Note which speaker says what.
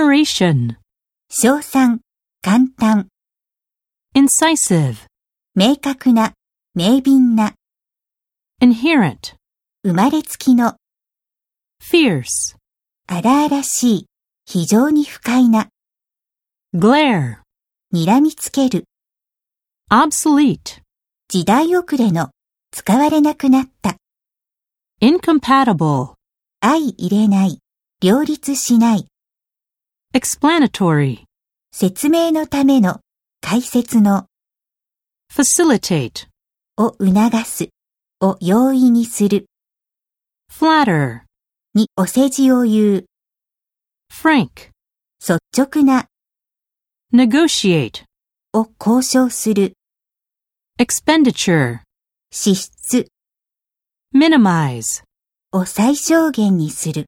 Speaker 1: admiration,
Speaker 2: 賞賛、簡単、
Speaker 1: incisive,
Speaker 2: 明確な、明敏な、
Speaker 1: inherent,
Speaker 2: 生まれつきの、
Speaker 1: fierce,
Speaker 2: 荒々しい、非常に不快な、
Speaker 1: glare,
Speaker 2: 睨みつける、
Speaker 1: obsolete,
Speaker 2: 時代遅れの、使われなくなった、
Speaker 1: incompatible,
Speaker 2: 相入れない、両立しない、
Speaker 1: explanatory,
Speaker 2: 説明のための、解説の、
Speaker 1: facilitate,
Speaker 2: を促す、を容易にする、
Speaker 1: flatter,
Speaker 2: にお世辞を言う、
Speaker 1: frank,
Speaker 2: 率直な、
Speaker 1: negotiate,
Speaker 2: を交渉する、
Speaker 1: expenditure,
Speaker 2: 支出、
Speaker 1: minimize.
Speaker 2: を最小限にする。